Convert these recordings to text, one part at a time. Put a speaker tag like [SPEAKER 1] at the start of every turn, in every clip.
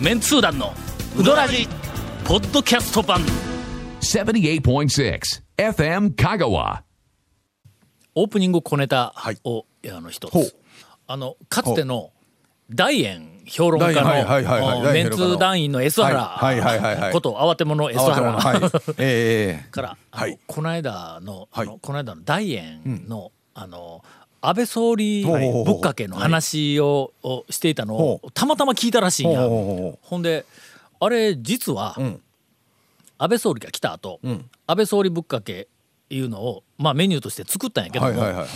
[SPEAKER 1] メンツー団のウドラジポッドキャスト版
[SPEAKER 2] 78.6 FM Kagawa.
[SPEAKER 1] オープニング小ネタ
[SPEAKER 3] はい
[SPEAKER 1] を、あの一
[SPEAKER 3] ほう
[SPEAKER 1] つあのかつての大円評論家の
[SPEAKER 3] 大円はいはいはいはい
[SPEAKER 1] あのメンツー団員の S
[SPEAKER 3] はいはいはいはいは
[SPEAKER 1] 原
[SPEAKER 3] い
[SPEAKER 1] こと慌て者 S
[SPEAKER 3] 慌ても
[SPEAKER 1] 原
[SPEAKER 3] の はい。ええ
[SPEAKER 1] から、あの
[SPEAKER 3] はい
[SPEAKER 1] この間の,、あ
[SPEAKER 3] は
[SPEAKER 1] のこの間の大円の,、あの安倍総理
[SPEAKER 3] ほうほうほう
[SPEAKER 1] ぶっかけの話を,を、していたのを
[SPEAKER 3] ほう
[SPEAKER 1] たまたま聞いたらしいんや。
[SPEAKER 3] ほうほうほうほう
[SPEAKER 1] ほんであれ実は、
[SPEAKER 3] ん
[SPEAKER 1] 安倍総理が来た後、安倍総理ぶっかけいうのを、まあ、メニューとして作ったんやけど
[SPEAKER 3] は
[SPEAKER 1] も、
[SPEAKER 3] いはいはいはい。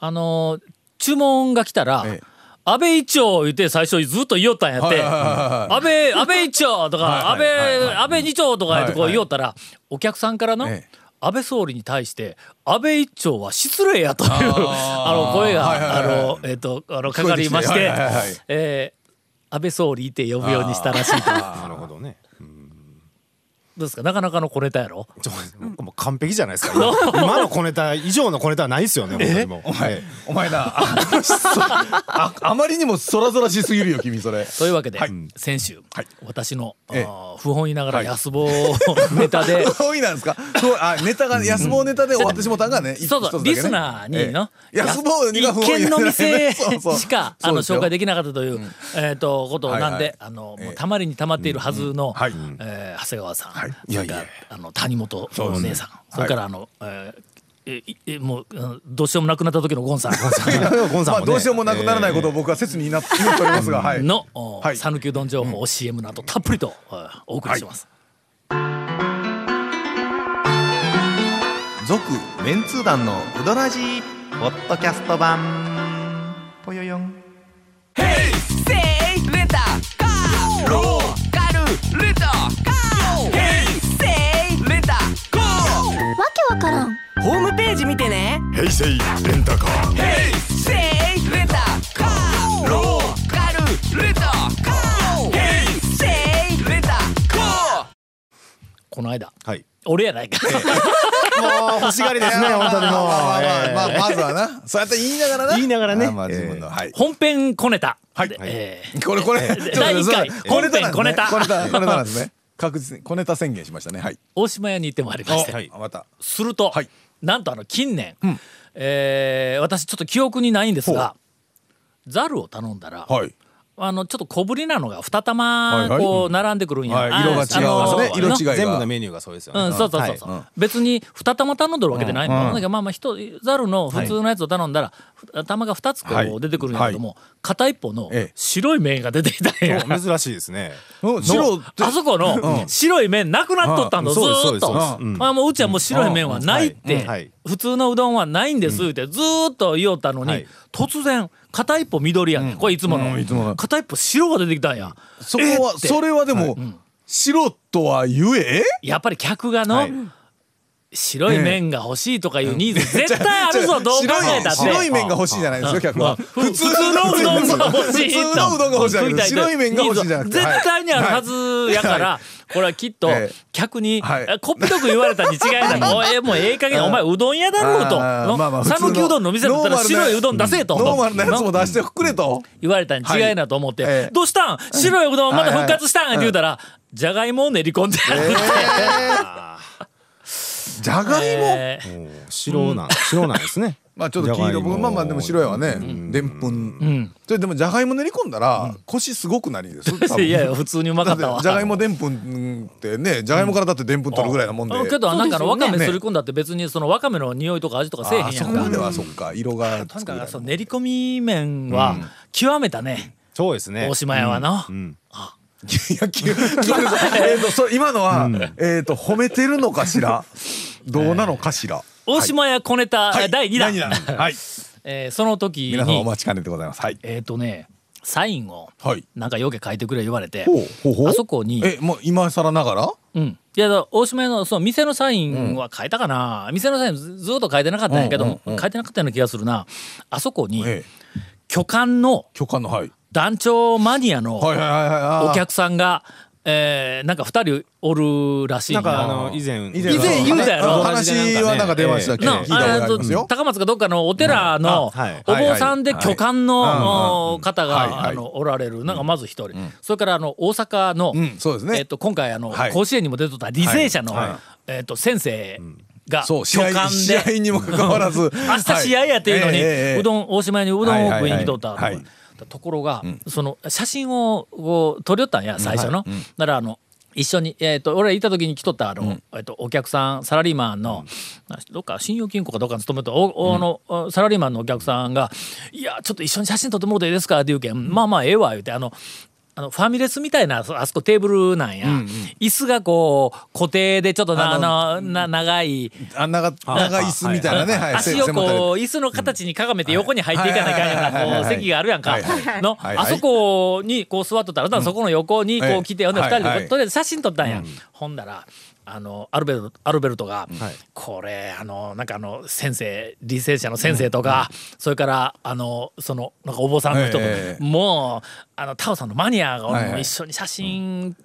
[SPEAKER 1] あのー注文が来たら、
[SPEAKER 3] ええ
[SPEAKER 1] 安倍一丁言って最初ずっと言おったんやって、
[SPEAKER 3] はいはいはいは
[SPEAKER 1] 安倍、安倍一丁とか、安
[SPEAKER 3] はいはいはいはい
[SPEAKER 1] 倍、安倍二丁とか言ってこう
[SPEAKER 3] はいはい
[SPEAKER 1] 言おったら、お客さんからの、
[SPEAKER 3] ええ
[SPEAKER 1] 安倍総理に対して、安倍一丁は失礼やという、 あの、声
[SPEAKER 3] はい
[SPEAKER 1] が、
[SPEAKER 3] は
[SPEAKER 1] あ
[SPEAKER 3] いはい
[SPEAKER 1] の、えっと、あの、かかりまし
[SPEAKER 3] 聞こ
[SPEAKER 1] て
[SPEAKER 3] えてきてはいはいはい、
[SPEAKER 1] えー安倍総理って呼ぶようにしたらしいと。ど
[SPEAKER 4] なるほどね。
[SPEAKER 1] うですかなかなかの小ネタやろ
[SPEAKER 4] ちょもう完璧じゃないですか。 今今の小ネタ以上の小ネタはないですよね。本当にもう。はい
[SPEAKER 3] お前な、あそああまりにもそらそらしすぎるよ、君それ。
[SPEAKER 1] というわけで、
[SPEAKER 3] はい
[SPEAKER 1] 先週、
[SPEAKER 3] はい
[SPEAKER 1] 私の、あ
[SPEAKER 3] ええ
[SPEAKER 1] ー不本意ながら安坊ネタで、
[SPEAKER 3] 多いなんですか。そうあネタが安坊ネタで終わってしまったんがね。一つ
[SPEAKER 1] そう
[SPEAKER 3] 一つ
[SPEAKER 1] そ
[SPEAKER 3] だ
[SPEAKER 1] う、
[SPEAKER 3] けね
[SPEAKER 1] リスナーにの、
[SPEAKER 3] ええ安坊にが不
[SPEAKER 1] 一
[SPEAKER 3] 本意
[SPEAKER 1] 軒の
[SPEAKER 3] な
[SPEAKER 1] 店
[SPEAKER 3] そうそう
[SPEAKER 1] しかあ
[SPEAKER 3] そう
[SPEAKER 1] の
[SPEAKER 3] ですよ
[SPEAKER 1] 紹介できなかったという、えっ、とことなんで、
[SPEAKER 3] はいはい
[SPEAKER 1] あの
[SPEAKER 3] え
[SPEAKER 1] もう
[SPEAKER 3] え
[SPEAKER 1] たまりにたまっているはずの、
[SPEAKER 3] はい
[SPEAKER 1] えー長谷川さん、
[SPEAKER 3] はい
[SPEAKER 1] それか
[SPEAKER 3] いやい
[SPEAKER 1] ら
[SPEAKER 3] や
[SPEAKER 1] あの谷本
[SPEAKER 3] そう
[SPEAKER 1] お
[SPEAKER 3] ですね
[SPEAKER 1] 姉さん、それからあの、えーええもううんどうしようもなくなった時のゴン さん
[SPEAKER 4] ゴンさ
[SPEAKER 3] ま
[SPEAKER 4] んも
[SPEAKER 3] あ
[SPEAKER 4] ね
[SPEAKER 3] どうしようもなくならないことを僕は切に祈って祈っておりますが、はい。
[SPEAKER 1] のお
[SPEAKER 3] はい
[SPEAKER 1] 讃岐、うどん情報を CM などたっぷりとあお送りします、
[SPEAKER 5] 続メンツー団のウドラジーポッドキャスト版ぽよよん
[SPEAKER 6] せいレンタカーローカルレンタカーヘイセイレンタカー
[SPEAKER 7] わけわからん
[SPEAKER 6] ホームページ見てねヘイセイレンタカーヘイセイレンタカーローカルレンタカーヘイセイレンタカー
[SPEAKER 1] この間
[SPEAKER 4] はい。
[SPEAKER 1] 俺やないか、
[SPEAKER 4] もう欲しがりですね。本当に
[SPEAKER 3] まあ
[SPEAKER 4] もう
[SPEAKER 3] まあまあまあ
[SPEAKER 4] え
[SPEAKER 3] まあまずはな。そうやって言いながらな。
[SPEAKER 4] 言いながらね
[SPEAKER 3] あまあ自分のはい。
[SPEAKER 1] 本編小ネタ、
[SPEAKER 3] はい
[SPEAKER 1] でえー
[SPEAKER 3] これこれ
[SPEAKER 1] 第一回
[SPEAKER 3] そうなんですね
[SPEAKER 1] 本編小ネタ
[SPEAKER 3] 小ネタ小 ネタなんですね。確実に小ネタ宣言しましたね。はい。
[SPEAKER 1] 大島屋に行ってまいりまして、
[SPEAKER 3] はいまた。
[SPEAKER 1] すると、
[SPEAKER 3] はい
[SPEAKER 1] なんとあの近年、えー私ちょっと記憶にないんですがザルを頼んだら、
[SPEAKER 3] はい。
[SPEAKER 1] あのちょっと小ぶりなのが二
[SPEAKER 3] は
[SPEAKER 1] 玉
[SPEAKER 3] いはい
[SPEAKER 1] こう並んでくるんや、
[SPEAKER 3] はい
[SPEAKER 1] あー
[SPEAKER 3] 色が違う
[SPEAKER 1] あの
[SPEAKER 3] まあそうね
[SPEAKER 1] そう
[SPEAKER 3] 色違
[SPEAKER 1] の
[SPEAKER 3] いが
[SPEAKER 4] 全部のメニューがそうですよ
[SPEAKER 1] う
[SPEAKER 4] ね。
[SPEAKER 1] ん、そうそうそうそう、別に二玉頼んでるわけじゃないの、なんかまあまあ一ザルの普通のやつを頼んだら、玉が二つこ
[SPEAKER 3] はいう
[SPEAKER 1] 出てくるんやけども、片一方の
[SPEAKER 3] ええ
[SPEAKER 1] 白い麺が出てきたんや、
[SPEAKER 4] はい。珍しいですね。
[SPEAKER 3] うん白って
[SPEAKER 1] あそこの白い麺なくなっとったの、
[SPEAKER 4] う
[SPEAKER 1] ず
[SPEAKER 4] んそう
[SPEAKER 1] ー
[SPEAKER 4] です
[SPEAKER 1] っと、
[SPEAKER 4] そうですそうですうん
[SPEAKER 1] まあ、もううちはもう白い麺はないって、
[SPEAKER 4] うんはい
[SPEAKER 1] 普通のうどんはないんですってずーっと言おったのに、
[SPEAKER 4] はい
[SPEAKER 1] 突然片一方緑やね、これいつもの,、
[SPEAKER 3] うんいつもの
[SPEAKER 1] 片一方白が出てきたんや
[SPEAKER 3] そこ
[SPEAKER 1] えっ
[SPEAKER 3] は
[SPEAKER 1] て
[SPEAKER 3] それはでも白とはゆえ。
[SPEAKER 1] やっぱり客がの、
[SPEAKER 4] はい
[SPEAKER 1] 白い麺が欲しいとかいうニーズ絶対ある ぞどう考えたって
[SPEAKER 3] 白い白い麺が欲しいじゃないですよ客は
[SPEAKER 1] ふ普通のうどんが欲しいと
[SPEAKER 3] 普通のうどんが欲しいだけ
[SPEAKER 1] 食
[SPEAKER 3] ど
[SPEAKER 1] たと
[SPEAKER 3] 白い麺が欲しいじゃなくて
[SPEAKER 1] 絶対にあるはずやから、
[SPEAKER 3] は
[SPEAKER 1] これはきっと
[SPEAKER 3] ええ
[SPEAKER 1] 客に、
[SPEAKER 3] はい
[SPEAKER 1] えこっぴどく言われたに違いない もうええもうええ加減お前うどん屋だろうと
[SPEAKER 3] あー
[SPEAKER 1] の
[SPEAKER 3] まあまあ普通の
[SPEAKER 1] 讃岐うどんの店だったら
[SPEAKER 3] ノーマルな
[SPEAKER 1] 白いうどん出せと
[SPEAKER 3] ノーマルなやつ
[SPEAKER 1] の
[SPEAKER 3] も出してくれと
[SPEAKER 1] 言われたに違いないと思って「
[SPEAKER 3] はいええ
[SPEAKER 1] どうしたん白いうどんまだ復活したん?」って言うたら「じゃがいもを練り込んである」
[SPEAKER 3] じゃがいも
[SPEAKER 1] えー
[SPEAKER 4] もう白なん白なんですね。
[SPEAKER 3] まあちょっと黄色
[SPEAKER 4] じゃがい
[SPEAKER 3] く
[SPEAKER 4] も
[SPEAKER 3] まあまあでも白いわねでんぷんそれでもじゃがいも練り込んだら腰すごくなりです多 分
[SPEAKER 1] いやいや普通にうまか
[SPEAKER 3] だっ
[SPEAKER 1] ってたわ
[SPEAKER 3] じゃがいもでんぷんってねじゃがいもからだってでんぷん取るぐらいなもんで
[SPEAKER 1] けどなんかあのわかめ
[SPEAKER 3] そうで
[SPEAKER 1] す
[SPEAKER 3] すよ
[SPEAKER 1] り
[SPEAKER 3] ね
[SPEAKER 1] 込んだって別にそのわかめの匂いとか味とかせえへ
[SPEAKER 3] あ
[SPEAKER 1] ん
[SPEAKER 3] そ
[SPEAKER 1] や
[SPEAKER 3] こ
[SPEAKER 1] ん
[SPEAKER 3] ま
[SPEAKER 1] か
[SPEAKER 3] ではそっか色が
[SPEAKER 1] と
[SPEAKER 3] つ
[SPEAKER 1] に
[SPEAKER 3] く
[SPEAKER 1] か
[SPEAKER 3] ぐ
[SPEAKER 1] く
[SPEAKER 3] らい
[SPEAKER 1] そう練り込み麺は極めたね、
[SPEAKER 4] そうですね。
[SPEAKER 1] 大島屋はの、
[SPEAKER 3] 野 球えーとそう今のはえーと褒めてるのか しらどうなのかしら
[SPEAKER 1] 大島屋小ネタ、
[SPEAKER 3] はい
[SPEAKER 1] 第2弾
[SPEAKER 3] 第二弾はい
[SPEAKER 1] えーその時
[SPEAKER 3] 皆様お
[SPEAKER 1] に
[SPEAKER 3] 待ちかねでございますはい
[SPEAKER 1] えっ、とねサインを
[SPEAKER 3] はい
[SPEAKER 1] なんかよけ書いてくれ言われて、
[SPEAKER 3] ほうほうほう
[SPEAKER 1] あそこに
[SPEAKER 3] えもう今更ながら
[SPEAKER 1] うん、いやだから大島屋のその店のサインは変えたかな、店のサインずずっと変えてなかったんやけど、
[SPEAKER 3] うんうんうん
[SPEAKER 1] 変えてなかったような気がするなあそこに
[SPEAKER 3] ええ
[SPEAKER 1] 巨漢の
[SPEAKER 3] 許可のはい
[SPEAKER 1] 団長マニアの、
[SPEAKER 3] はいはいはいはいあー
[SPEAKER 1] お客さんが、えー、なんか二人おるらしい
[SPEAKER 4] なんかあ
[SPEAKER 1] な
[SPEAKER 4] の以前
[SPEAKER 3] 以
[SPEAKER 1] 以前言うたやろ
[SPEAKER 3] お話はなんか出ましたっけ
[SPEAKER 1] な
[SPEAKER 3] 聞いたことあります
[SPEAKER 1] あの
[SPEAKER 3] よ
[SPEAKER 1] 高松かどっかのお寺のお
[SPEAKER 4] うんあはい
[SPEAKER 1] 坊さんで巨漢のお方
[SPEAKER 3] はいは
[SPEAKER 1] が
[SPEAKER 3] い
[SPEAKER 1] あのおられるなんかまず一人それからあの大阪の
[SPEAKER 3] そうです
[SPEAKER 1] えっ
[SPEAKER 3] ね
[SPEAKER 1] と今回あの
[SPEAKER 3] はい
[SPEAKER 1] 甲子園にも出とった履正社の
[SPEAKER 3] はいはい
[SPEAKER 1] えっと先生が巨
[SPEAKER 3] そう試合
[SPEAKER 1] 漢
[SPEAKER 3] 試合
[SPEAKER 1] で
[SPEAKER 3] にもかかわらず明
[SPEAKER 1] 明日試合やっていうのにうどん大島屋にうどんを食いに来とった
[SPEAKER 3] はいはいはいはい
[SPEAKER 1] ところがその写真をこう撮りよったんや最初の。だからあの一緒に、えー、と俺ら行った時に来とったあの、えー、とお客さんサラリーマンの、などっか信用金庫かどっかに勤めとったおおあのおサラリーマンのお客さんが「いやちょっと一緒に写真撮ってもうていいですか?」って言うけん「まあまあええわ」言うてあの。あのファミレスみたいなそあそこテーブルなんや、椅子がこう固定でちょっとなあのな長い
[SPEAKER 3] あんなが長い椅子みたいなねはい
[SPEAKER 1] 足を
[SPEAKER 3] 背もた
[SPEAKER 1] こ
[SPEAKER 3] れ
[SPEAKER 1] う椅子の形にかがめて横に入っていかないかんよ
[SPEAKER 3] は
[SPEAKER 1] う
[SPEAKER 3] いはいはい
[SPEAKER 1] なこ
[SPEAKER 3] はい
[SPEAKER 1] う席があるやんか
[SPEAKER 3] はいは
[SPEAKER 1] の
[SPEAKER 3] はいは
[SPEAKER 1] あ
[SPEAKER 3] い
[SPEAKER 1] そこにこう座っとったらそこの横にこう来てほんで
[SPEAKER 3] はい
[SPEAKER 1] 2人
[SPEAKER 3] は
[SPEAKER 1] で
[SPEAKER 3] い
[SPEAKER 1] こうとりあえず写真撮ったんやほんだらあのアルベルトアルベルトが「これあのなんかあの先生履正社の先生とかそれからあのそのなんかお坊さんの人
[SPEAKER 3] ええ
[SPEAKER 1] もうあのタオさんのマニアが俺
[SPEAKER 3] はい
[SPEAKER 1] も
[SPEAKER 3] はい
[SPEAKER 1] 一緒に写真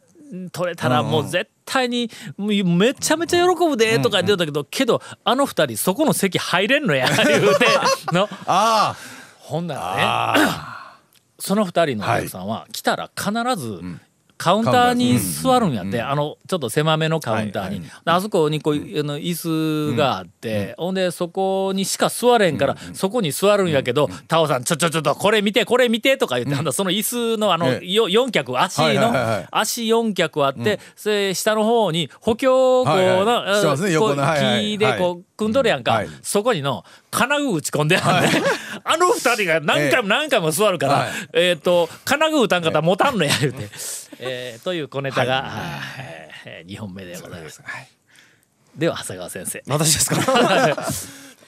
[SPEAKER 1] 撮れたらもう絶対にもうめちゃめちゃ喜ぶでとか言ってたけどけどあの二人そこの席入れんのや言うての
[SPEAKER 3] あ
[SPEAKER 1] ほんならねその二人のお客さんは来たら必ずカウンターに座るんやってあのちょっと狭めのカウンターにであそこにこうあの椅子があってほんでそこにしか座れんからそこに座るんやけど「タオさんちょちょちょっとこれ見てこれ見て」とか言ってほんだらその椅子のあの
[SPEAKER 3] ええ
[SPEAKER 1] 4脚足
[SPEAKER 3] はいは
[SPEAKER 1] の
[SPEAKER 3] いはいはい
[SPEAKER 1] 足4脚あってそれ下の方に補強をこう
[SPEAKER 3] はいはい
[SPEAKER 1] な
[SPEAKER 3] してますね横の
[SPEAKER 1] こう
[SPEAKER 3] はいはい
[SPEAKER 1] 木でこう組んどるやんか、
[SPEAKER 3] はい
[SPEAKER 1] そこにの金具打ち込んであんねん あの二人が何回も何回も座るから、
[SPEAKER 3] はい
[SPEAKER 1] えっ、と金具打たんかったら持たんのや言うて、えーという小ネタが、はい2本目でございます。では長谷川先生。
[SPEAKER 4] 私です か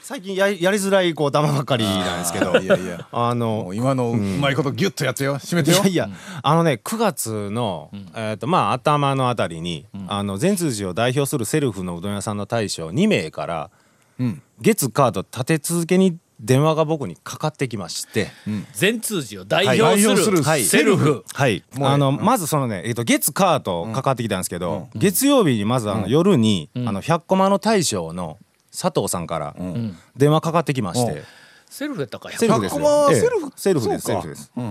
[SPEAKER 4] 最近ややりづらいこう玉ばっかりなんですけど
[SPEAKER 3] あいやいや
[SPEAKER 4] あの
[SPEAKER 3] もう今のうまいことギュッとやってよ締めてよ
[SPEAKER 4] いやいや、あのね9月の、えーとまあ、頭のあたりに、あの善通寺を代表するセルフのうどん屋さんの大将2名から、月カード立て続けに電話が僕にかかってきまして、
[SPEAKER 1] 全通寺を代表する,、
[SPEAKER 4] はい
[SPEAKER 1] セルフ。
[SPEAKER 4] はい、あの、まずそのね、えー、と月カードかかってきたんですけど、月曜日にまずあの夜に、あの100コマの大将の佐藤さんから電話かかってきまして。
[SPEAKER 1] セルフやったかや
[SPEAKER 4] セルフです
[SPEAKER 3] 100コマ
[SPEAKER 4] よ。
[SPEAKER 3] は
[SPEAKER 4] ええ
[SPEAKER 3] セルフ
[SPEAKER 4] セルフです。
[SPEAKER 3] そ
[SPEAKER 4] セ
[SPEAKER 3] う
[SPEAKER 4] ル
[SPEAKER 3] か
[SPEAKER 4] フです。
[SPEAKER 1] え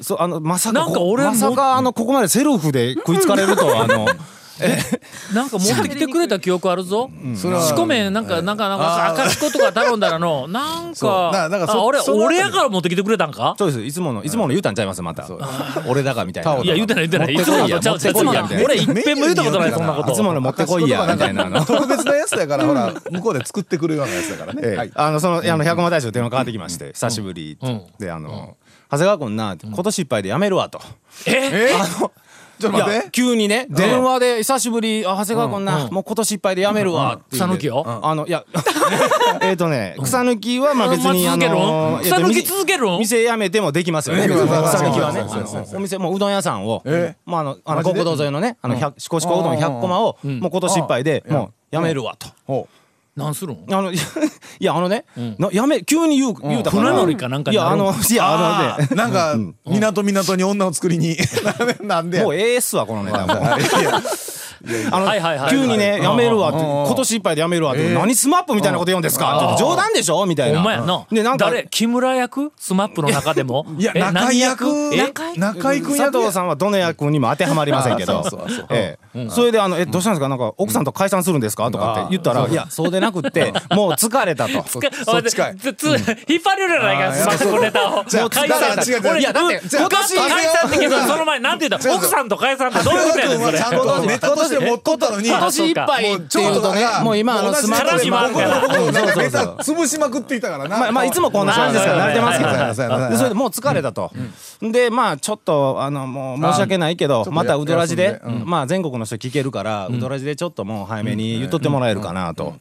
[SPEAKER 1] ー
[SPEAKER 4] そうあのまさか
[SPEAKER 1] なんか俺も
[SPEAKER 4] まさかあのここまでセルフで食いつかれるとはあの
[SPEAKER 1] なんか持ってきてくれた記憶あるぞ。
[SPEAKER 3] それは
[SPEAKER 1] 仕込めなんかなんかなんか赤しことか頼んだらのなん
[SPEAKER 3] そ
[SPEAKER 1] か
[SPEAKER 3] うななんかそ
[SPEAKER 1] あ俺
[SPEAKER 3] その
[SPEAKER 1] 俺やから持ってきてくれたんか。
[SPEAKER 4] そうですいつものいつもの言うたんちゃいますまた
[SPEAKER 3] そう
[SPEAKER 4] 俺だがみたい
[SPEAKER 3] タオ
[SPEAKER 4] な
[SPEAKER 3] ル
[SPEAKER 1] いや言うてない言うてない。
[SPEAKER 4] 持
[SPEAKER 1] い
[SPEAKER 4] って
[SPEAKER 1] つ
[SPEAKER 4] こ
[SPEAKER 1] も
[SPEAKER 4] いや
[SPEAKER 1] のとちゃうちゃういつもの
[SPEAKER 4] 持ってこいやみたいな
[SPEAKER 1] 俺一遍も言ったことないそんなこ
[SPEAKER 4] いつも
[SPEAKER 1] と。
[SPEAKER 4] の持ってこいやみたいなあの
[SPEAKER 3] 特別なやつだからほら向こうで作ってくるようなやつだからね、
[SPEAKER 4] ええ
[SPEAKER 3] はい
[SPEAKER 4] あのそのあの百万大将電話かかってきまして久しぶり
[SPEAKER 1] ん
[SPEAKER 4] であの長谷川君な今年いっぱいでやめるわと
[SPEAKER 1] え
[SPEAKER 3] えあのちょっと
[SPEAKER 4] い
[SPEAKER 3] 待っ
[SPEAKER 4] や
[SPEAKER 3] て
[SPEAKER 4] 急にね電話で久しぶりあ長谷川君なもう今年いっぱいでやめるわって言
[SPEAKER 1] 草
[SPEAKER 4] っ
[SPEAKER 1] 抜
[SPEAKER 4] て
[SPEAKER 1] きよ。
[SPEAKER 4] あの いやえっとね草抜きはまあ別に
[SPEAKER 1] あ
[SPEAKER 4] あ
[SPEAKER 1] まあ続ける
[SPEAKER 4] の
[SPEAKER 1] ん草抜き続けるん
[SPEAKER 4] 店辞めてもできますよね
[SPEAKER 3] ええ
[SPEAKER 4] 草抜きはね
[SPEAKER 3] そうそうそう
[SPEAKER 4] あのお店もううどん屋さんを
[SPEAKER 3] ええ
[SPEAKER 4] まああのあの
[SPEAKER 3] マジで
[SPEAKER 4] 国道沿いのねあの百シコシコうどん100コマをもう今年いっぱいでもう辞めるわと
[SPEAKER 3] ほ
[SPEAKER 1] なんするん。
[SPEAKER 4] あのいや いやあのねなやめ急に言う言うたから
[SPEAKER 1] 船乗りかなんか
[SPEAKER 4] い
[SPEAKER 1] に
[SPEAKER 4] や
[SPEAKER 1] なる
[SPEAKER 4] あ
[SPEAKER 1] ん
[SPEAKER 4] のいやあのね
[SPEAKER 3] うなんか港港に女を作り になんでや
[SPEAKER 4] もうええっすわこのネタもうあの
[SPEAKER 1] はいはいはい
[SPEAKER 4] 急にねやめるわって
[SPEAKER 3] んうん
[SPEAKER 4] 今年いっぱいでやめるわって何スマップみたいなこと言うんですかちょっと冗談でしょみたい
[SPEAKER 1] ほ
[SPEAKER 4] なん
[SPEAKER 1] まやな。
[SPEAKER 4] でなんか
[SPEAKER 1] 誰木村役スマップの中でも。
[SPEAKER 3] いや
[SPEAKER 1] え
[SPEAKER 3] 中
[SPEAKER 1] 何
[SPEAKER 3] 井役
[SPEAKER 1] え
[SPEAKER 3] 中井君
[SPEAKER 4] 佐
[SPEAKER 3] 役
[SPEAKER 4] 藤さんはどの役にも当てはまりませんけ ど
[SPEAKER 3] あそうそうそう
[SPEAKER 4] ええそれであの「えどうしたんですかなんか奥さんと解散するんですか?」とかって言ったら「いやそうでなくってもう 疲れた」と。
[SPEAKER 1] つ おいつつ引っ張れるじゃないかスマップネタを。もう
[SPEAKER 3] じゃあ
[SPEAKER 1] 解散
[SPEAKER 3] 違う違う
[SPEAKER 1] 俺
[SPEAKER 3] いやだって
[SPEAKER 1] うん
[SPEAKER 3] じゃあ
[SPEAKER 1] 今年解散ってけどその前なんて言った
[SPEAKER 3] 違う違う
[SPEAKER 1] 奥さんと解散ってどういうことやねんそれ
[SPEAKER 3] ち。ゃんとネタとして持っとったのに
[SPEAKER 4] 今年いっぱいっていうとねもう今あのスマ
[SPEAKER 1] 絡みもあるから
[SPEAKER 3] 僕の
[SPEAKER 4] そう
[SPEAKER 3] 中
[SPEAKER 4] そう
[SPEAKER 3] ネ
[SPEAKER 4] そ
[SPEAKER 3] タ
[SPEAKER 4] う
[SPEAKER 3] 潰しまくっていたからな
[SPEAKER 4] まあ、まあいつもこんな感じですから慣れてますけど
[SPEAKER 3] そうやそうやそうやそうや
[SPEAKER 4] でそれでもう疲れたと、でまあちょっとあのもう申し訳ないけど
[SPEAKER 3] あ
[SPEAKER 4] またウドラジで、
[SPEAKER 3] 休んで
[SPEAKER 4] まあ、全国の人聞けるから、ウドラジでちょっともう早めに言っとってもらえるかなと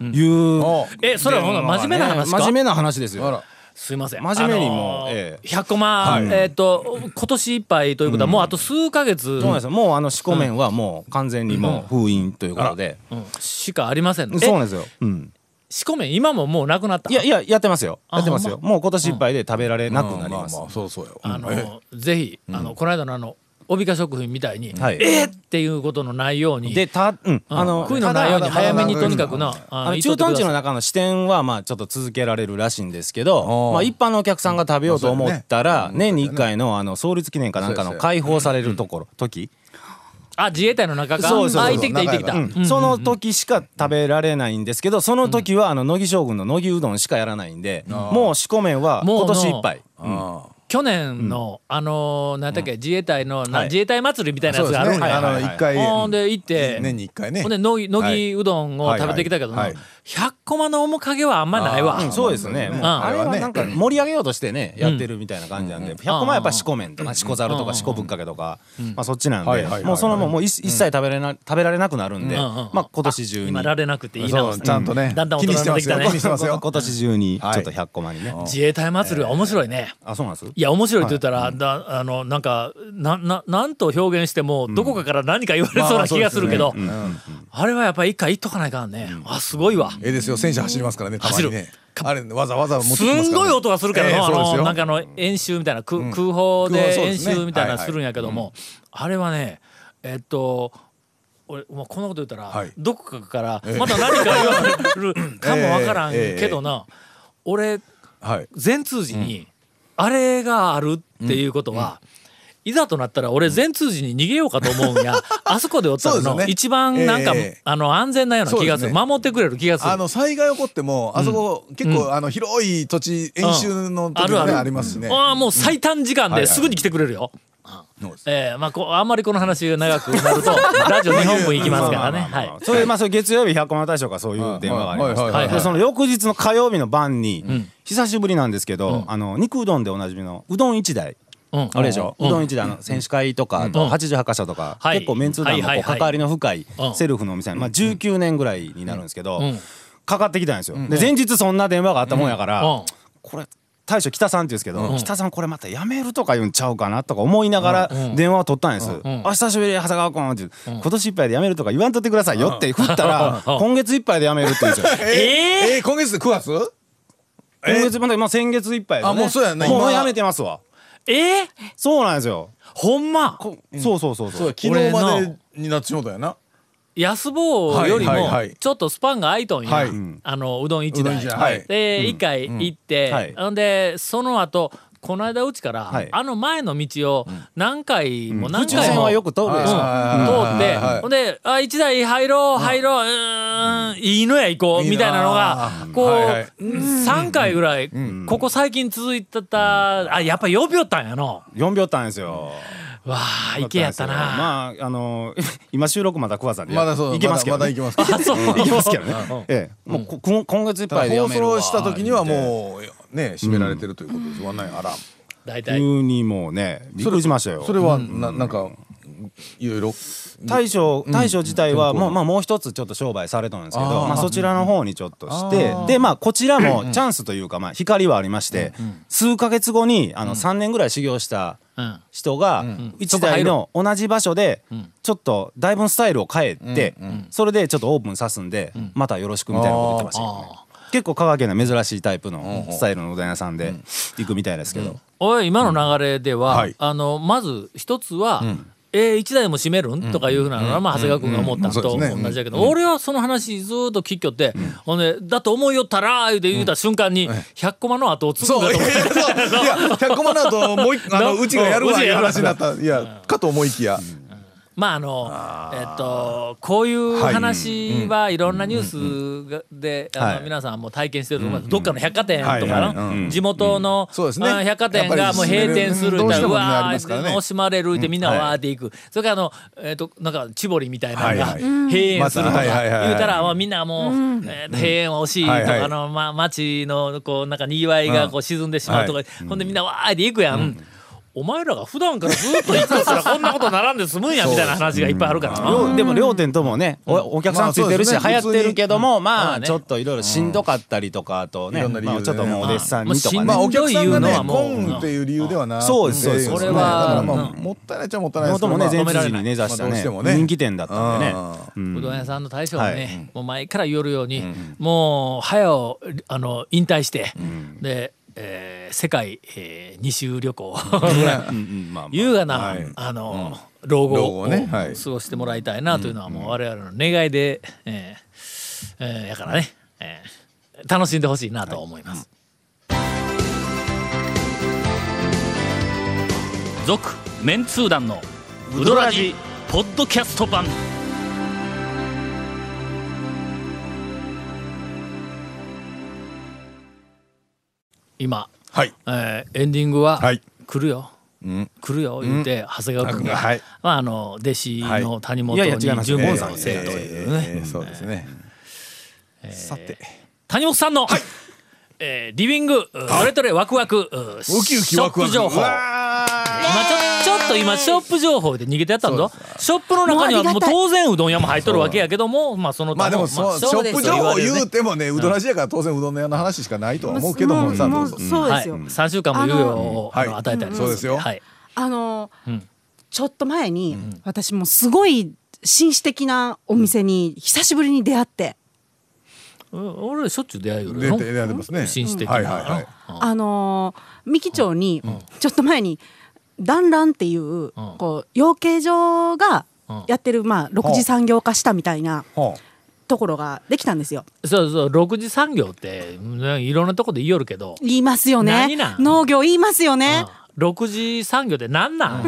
[SPEAKER 4] いう、
[SPEAKER 1] えそれはほんなら真面目な話か。
[SPEAKER 4] 真面目な話ですよ
[SPEAKER 3] あら
[SPEAKER 1] すいません。
[SPEAKER 4] 真面目にもう
[SPEAKER 1] あのー
[SPEAKER 4] ええ
[SPEAKER 1] 100コマ、えっ、と、今年いっぱいということは、もうあと数ヶ月
[SPEAKER 4] そうなんですよもうあの四股面はもう完全にもう封印ということで、
[SPEAKER 1] うんしかありませんね。
[SPEAKER 4] そうな
[SPEAKER 1] え
[SPEAKER 4] んですよ、うん、
[SPEAKER 1] 仕込め、今ももうなくなった。
[SPEAKER 4] いやいややってますよ
[SPEAKER 1] あ
[SPEAKER 4] やってますよ
[SPEAKER 1] ほん
[SPEAKER 4] もう今年いっぱいで食べられなくなります、
[SPEAKER 3] そうそうよ
[SPEAKER 1] あの、ぜひ、あの、この間のあの、帯化食品みたいに、
[SPEAKER 4] はい
[SPEAKER 1] えっっていうことのないように
[SPEAKER 4] でた、うん、
[SPEAKER 1] うん
[SPEAKER 4] あの
[SPEAKER 1] 悔いのないように早めにとにかくな
[SPEAKER 4] あの駐屯地の中の支店はまあちょっと続けられるらしいんですけど、まあ、一般のお客さんが食べようと思ったら年に1回のあの創立記念かなんかの解放されるところ時
[SPEAKER 1] あ自衛隊の中か
[SPEAKER 4] そうそうそう
[SPEAKER 1] あ行ってきた行ってきた、
[SPEAKER 4] うんその時しか食べられないんですけどその時はあの乃木将軍の乃木うどんしかやらないんでもう四股麺は
[SPEAKER 1] もう
[SPEAKER 4] 今年いっぱい。うん
[SPEAKER 1] 去年の、あのー何だっけ自衛隊の、な
[SPEAKER 4] はい
[SPEAKER 1] 自衛隊祭りみたいなや
[SPEAKER 3] そ
[SPEAKER 1] つ
[SPEAKER 3] うで
[SPEAKER 1] があ
[SPEAKER 3] す
[SPEAKER 1] るん
[SPEAKER 3] ね。
[SPEAKER 1] や、
[SPEAKER 3] あ
[SPEAKER 4] は
[SPEAKER 3] の
[SPEAKER 4] いはい
[SPEAKER 3] 一回
[SPEAKER 1] ほんで行って
[SPEAKER 3] 年に一回ね
[SPEAKER 1] ほん。で乃木乃木うどんを食べてきたけどな、
[SPEAKER 3] はいはいはい
[SPEAKER 1] 100コマの面影はあんまないわ、
[SPEAKER 4] うんそうですね。もうあれはなんか盛り上げようとしてね、やってるみたいな感じなんで、100個前やっぱ四股麺とか四股ざるとか四股ぶっかけとか、まあそっちなん
[SPEAKER 3] はいはいはいは
[SPEAKER 4] で、
[SPEAKER 3] い
[SPEAKER 4] もうそのままもうい一切食べれな食べられなくなるんで、
[SPEAKER 1] うんうんうん
[SPEAKER 4] まあ今年中に
[SPEAKER 1] 今。られなくていいな
[SPEAKER 3] そうちゃんとね
[SPEAKER 1] だんだん大
[SPEAKER 3] 気
[SPEAKER 1] 人
[SPEAKER 3] に
[SPEAKER 1] に
[SPEAKER 3] して
[SPEAKER 1] なっ
[SPEAKER 3] ま
[SPEAKER 1] てきたね
[SPEAKER 3] すよ。気にしてますよ。
[SPEAKER 4] 今年中にちょっと100個前にね。
[SPEAKER 1] 自衛隊祭りは面白いね、
[SPEAKER 4] あ、そうなんです。
[SPEAKER 1] いや面白いと言ったら、だあのなんかなななんと表現してもどこかから何か言われそうな気がするけど、あれはやっぱり一回言っとかないかんね、あすごいわ
[SPEAKER 3] ええですよ。戦車走りますからね。たまにね。あれわざわざ持って
[SPEAKER 1] す
[SPEAKER 3] きますからね。
[SPEAKER 1] んごい音がするから
[SPEAKER 3] え
[SPEAKER 1] の、
[SPEAKER 3] えそうです
[SPEAKER 1] あの
[SPEAKER 3] よ
[SPEAKER 1] なんかあの演習みたいな、く空砲
[SPEAKER 3] 空砲
[SPEAKER 1] で
[SPEAKER 3] そう
[SPEAKER 1] 演
[SPEAKER 3] ですね
[SPEAKER 1] 習みたいなの
[SPEAKER 3] はいはい
[SPEAKER 1] するんやけども、あれはねえっと俺、まあ、こんなこと言ったら、
[SPEAKER 3] はい
[SPEAKER 1] どこかからまた何か言われるかもわからんけど な、俺
[SPEAKER 3] はい。
[SPEAKER 1] 善通寺にあれがあるっていうことは、いざとなったら俺善通寺に逃げようかと思 うんやあそこでおったら
[SPEAKER 3] そう
[SPEAKER 1] の、
[SPEAKER 3] ですね
[SPEAKER 1] 一番なんか、
[SPEAKER 3] ええ
[SPEAKER 1] あの安全なような気がする
[SPEAKER 3] そうですね
[SPEAKER 1] 守ってくれる気がする
[SPEAKER 3] あの災害起こってもあそこ結構あの広い土地演習の時
[SPEAKER 1] うんある
[SPEAKER 3] もね
[SPEAKER 1] ある
[SPEAKER 3] ありますしね。
[SPEAKER 1] ああもう最短時間
[SPEAKER 3] はい
[SPEAKER 1] で
[SPEAKER 3] はい
[SPEAKER 1] すぐに来てくれるよ。
[SPEAKER 3] そうです
[SPEAKER 1] ええまあこうあんまりこの話が長くなる とラジオ2本分いきますからね。はい。
[SPEAKER 4] それまあそれ月曜日100コマ大賞かそういう電話がありま
[SPEAKER 3] はいはいはい
[SPEAKER 4] し
[SPEAKER 1] はい
[SPEAKER 4] たでその翌日の火曜日の晩に久しぶりなんですけどあの肉うどんでおなじみのうどん一台
[SPEAKER 1] うん
[SPEAKER 4] あれでしょ、う
[SPEAKER 1] うん
[SPEAKER 4] どん一であの選手会とかあ
[SPEAKER 1] う
[SPEAKER 4] と
[SPEAKER 1] ん
[SPEAKER 4] 88箇所とか、
[SPEAKER 1] はい
[SPEAKER 4] 結構メンツー団の
[SPEAKER 1] はいは
[SPEAKER 4] こう
[SPEAKER 1] いはい
[SPEAKER 4] 関わりの深い
[SPEAKER 1] うん
[SPEAKER 4] セルフのお店、まあ、19年ぐらいになるんですけど、
[SPEAKER 1] うん
[SPEAKER 4] かかってきたんですよ、で前日そんな電話があったもんやから、
[SPEAKER 1] うん
[SPEAKER 4] これ大将北さんって言うんですけど、北さんこれまたやめるとか言うんちゃうかなとか思いながら電話を取ったんです「あ久しぶり長谷川君」って言う今年いっぱいでやめるとか言わんとってくださいよ」って振ったら「
[SPEAKER 1] うん
[SPEAKER 4] 今月いっぱいでやめる」って言うんですよ。
[SPEAKER 1] ええ
[SPEAKER 3] えー今月で9月？
[SPEAKER 4] 今月まだ、まあ、先月いっぱいで、ね、
[SPEAKER 3] あもうそうやんな
[SPEAKER 4] も
[SPEAKER 3] 今
[SPEAKER 4] うやめてますわ
[SPEAKER 1] ええ
[SPEAKER 4] そうなんですよ、
[SPEAKER 1] ほんま
[SPEAKER 4] こそうそうそうそう
[SPEAKER 3] そう昨日までになってしまったんやな。
[SPEAKER 1] 安坊より
[SPEAKER 3] はい
[SPEAKER 1] も
[SPEAKER 3] はいはい
[SPEAKER 1] ちょっとスパンが空いとんや、
[SPEAKER 3] はい
[SPEAKER 1] あのうどん一台
[SPEAKER 3] うどん一台はい
[SPEAKER 1] で一回行って、
[SPEAKER 4] はい
[SPEAKER 1] ほんでその後この間うちから、
[SPEAKER 4] はい
[SPEAKER 1] あの前の道を何回も何
[SPEAKER 4] 宇宙
[SPEAKER 1] 回
[SPEAKER 4] 船
[SPEAKER 1] も、
[SPEAKER 4] はよく通るでしょ、
[SPEAKER 1] 通って、
[SPEAKER 3] はい
[SPEAKER 1] ほんで、あ、一台入ろう、入ろう、うーん、いいのや行こう、
[SPEAKER 3] いいな
[SPEAKER 1] みたいなのが、こう、
[SPEAKER 3] はいはい
[SPEAKER 1] 3回ぐらい、ここ最近続いてた、あ、やっぱ呼びよったんやの。
[SPEAKER 4] 4秒たんですよ。
[SPEAKER 1] わあ、池やったな。
[SPEAKER 4] まああの 今収録まだ桑さんで
[SPEAKER 3] まだそう
[SPEAKER 4] いけますけど、
[SPEAKER 3] まだ
[SPEAKER 4] ね
[SPEAKER 3] 行。きますけ ど。
[SPEAKER 1] そう
[SPEAKER 4] いけますけどね。ええ、もうここ今月いっぱいでや
[SPEAKER 3] 放
[SPEAKER 4] めるわ。
[SPEAKER 3] 送した時にはもうね閉められてるということですわねあら
[SPEAKER 1] 大体。
[SPEAKER 4] 急にもうねびっくりしましたよ
[SPEAKER 3] そ。れはななんかいろいろ
[SPEAKER 4] 大将大将自体はもうまあもう一つちょっと商売されたんですけど、まあそちらの方にちょっとして、でまあこちらもチャンスというかまあ光はありまして、数ヶ月後にあの3年ぐらい修行した。
[SPEAKER 1] うん。
[SPEAKER 4] 人が一台の同じ場所でちょっとだいぶんスタイルを変えてそれでちょっとオープンさすんでまたよろしくみたいなこと言ってましたけどね結構香川県の珍しいタイプのスタイルのうどん屋さんで行くみたいですけど
[SPEAKER 1] おい、今の流れでは、
[SPEAKER 3] はい
[SPEAKER 1] あの、まず一つは、えー、一台も閉めるんとかいうふうなのは、まあ、長谷川君が思ったんと
[SPEAKER 3] うんそうですね
[SPEAKER 1] 同じだけど、俺はその話ずーっと聞きよって、ほんで、だと思いよったら、言うて言うた瞬間に、100コマの後をつくん
[SPEAKER 3] そ
[SPEAKER 1] だ
[SPEAKER 3] うい
[SPEAKER 1] と思っ
[SPEAKER 3] や
[SPEAKER 1] て
[SPEAKER 3] いやそういや100コマの後もう一個あの
[SPEAKER 1] な
[SPEAKER 3] うちがやる
[SPEAKER 1] う
[SPEAKER 3] わ
[SPEAKER 1] ちが
[SPEAKER 3] いう
[SPEAKER 1] やるわ
[SPEAKER 3] 話になったいやかと思いきや
[SPEAKER 1] まああのえっとこういう話はいろんなニュースがで、あ
[SPEAKER 4] は
[SPEAKER 1] の
[SPEAKER 4] い
[SPEAKER 1] 皆さんも体験してると思います、どっかの百貨店とかの、
[SPEAKER 3] はいは
[SPEAKER 1] 地元の、
[SPEAKER 3] そうですね
[SPEAKER 1] あ百貨店
[SPEAKER 3] や
[SPEAKER 1] が
[SPEAKER 3] っ
[SPEAKER 1] もう
[SPEAKER 3] ぱり閉める
[SPEAKER 1] 閉店する
[SPEAKER 3] どうしてもね
[SPEAKER 1] うわ
[SPEAKER 3] ありますから
[SPEAKER 1] ー、
[SPEAKER 3] ね
[SPEAKER 1] 惜しまれるってみんなわーっていく、それからあのえっ、となんか千堀みたいなのが
[SPEAKER 3] はいは
[SPEAKER 1] 閉
[SPEAKER 3] い
[SPEAKER 1] 園するとか
[SPEAKER 3] またはいはいはいはい
[SPEAKER 1] 言うたら、まあ、みんなもう、えーと閉園は惜しいとか、
[SPEAKER 3] はいはい
[SPEAKER 1] あのまあ町のこうなんかにぎわいがこう沈んでしまうとか、ほんでみんなわーっていくやん。お前らが普段からずっと行くからこんなことならんで済むんやみたいな話がいっぱいあるからな。
[SPEAKER 4] 両でも両店ともねおお客さんついてるし流
[SPEAKER 3] まあそうです
[SPEAKER 4] 行
[SPEAKER 3] ね
[SPEAKER 4] ってるけども
[SPEAKER 1] ま
[SPEAKER 4] ま
[SPEAKER 1] あ
[SPEAKER 4] あ
[SPEAKER 1] ね
[SPEAKER 4] ちょっといろいろしんどかったりとかあと
[SPEAKER 3] い
[SPEAKER 4] ね
[SPEAKER 3] ろんな理由で
[SPEAKER 4] まあ
[SPEAKER 3] ね
[SPEAKER 4] ちょっともうお弟子さんにとか
[SPEAKER 1] ま
[SPEAKER 3] ま
[SPEAKER 1] あ
[SPEAKER 3] あ
[SPEAKER 4] ね
[SPEAKER 1] も
[SPEAKER 3] お客さんが
[SPEAKER 1] ひどい
[SPEAKER 3] ね
[SPEAKER 1] のはもう
[SPEAKER 3] コンっていう理由ではな
[SPEAKER 4] そうです
[SPEAKER 3] ん
[SPEAKER 4] そうです
[SPEAKER 1] それは
[SPEAKER 3] だからまあ
[SPEAKER 1] うん
[SPEAKER 3] もったいないっちゃもったいない
[SPEAKER 4] も
[SPEAKER 3] ですけど
[SPEAKER 4] とも
[SPEAKER 3] ま
[SPEAKER 4] ね
[SPEAKER 3] あ
[SPEAKER 4] 全通寺に根ざした
[SPEAKER 3] まあどうしてもね
[SPEAKER 4] ね人気店だったんでね
[SPEAKER 3] あ
[SPEAKER 4] う
[SPEAKER 1] うんどん屋さんの大将はね、も
[SPEAKER 4] は
[SPEAKER 1] う前から言えるように、もう早をあの引退して、で、えーー世界、え2周旅行
[SPEAKER 4] うんうんまあまあ
[SPEAKER 1] 優雅な、
[SPEAKER 3] はい
[SPEAKER 1] あの、老後
[SPEAKER 3] 老
[SPEAKER 1] を
[SPEAKER 3] 後ねはい
[SPEAKER 1] 過ごしてもらいたいなというのはもう我々の願いで、えーえーやからね、えー楽しんでほしいなと思います。続、メンツー団のウドラジポッドキャスト版今、
[SPEAKER 3] はい
[SPEAKER 1] えーエンディングは
[SPEAKER 3] はい
[SPEAKER 1] 来るよ、来るよ言って、長谷川君が、
[SPEAKER 3] はい
[SPEAKER 1] まあ、あの弟子の谷本
[SPEAKER 4] はいいやいや違い
[SPEAKER 1] に
[SPEAKER 4] ます
[SPEAKER 1] 十
[SPEAKER 4] モ
[SPEAKER 1] 分
[SPEAKER 4] ンさ
[SPEAKER 1] 参
[SPEAKER 4] ん
[SPEAKER 1] 戦というね、
[SPEAKER 3] えーそうですね。さて、
[SPEAKER 1] 谷本さんの、えーリビングどれどれワクワクうーシ
[SPEAKER 3] ウキウキ
[SPEAKER 1] ョ
[SPEAKER 3] ワ
[SPEAKER 1] ッ
[SPEAKER 3] クワ
[SPEAKER 1] プ
[SPEAKER 3] ク
[SPEAKER 1] 情報今ちょちょっと今ショップ情報で逃げてやったんぞショップの中にはもう当然うどん屋も入っとるわけやけどもまあその
[SPEAKER 3] まあでも
[SPEAKER 1] 他の
[SPEAKER 3] そうショ
[SPEAKER 8] そうで
[SPEAKER 3] ッ
[SPEAKER 8] す
[SPEAKER 3] プ情報言うてもね、うどらじやから当然うどんの屋の話しかないとは思うけども、さあど
[SPEAKER 8] も
[SPEAKER 3] う
[SPEAKER 8] う
[SPEAKER 3] ぞ。
[SPEAKER 8] そうですよ、
[SPEAKER 1] はい、3週間も猶予をあ
[SPEAKER 3] あの
[SPEAKER 1] の
[SPEAKER 3] はい
[SPEAKER 1] 与えたりとか
[SPEAKER 3] そうですよ
[SPEAKER 1] はい
[SPEAKER 8] あのー
[SPEAKER 1] ん
[SPEAKER 8] ちょっと前に、私もすごい紳士的なお店に久しぶりに出会って、
[SPEAKER 1] うん俺らしょっちゅう出会いよる
[SPEAKER 3] 出
[SPEAKER 1] よ
[SPEAKER 3] て出てますね。
[SPEAKER 1] 紳士的な
[SPEAKER 3] はいはいはい。
[SPEAKER 8] あのー三木町にちょっと前に「ダンラン」っていう,、こう養鶏場がやってる、まあ、6次産業化したみたいな
[SPEAKER 3] ほ
[SPEAKER 8] ところができたんですよ。
[SPEAKER 1] そうそう6次産業ってねいろんなとこで言いよるけど
[SPEAKER 8] 言いますよね
[SPEAKER 1] 何なん
[SPEAKER 8] 農業言いますよね。
[SPEAKER 1] 6次産業ってなん なん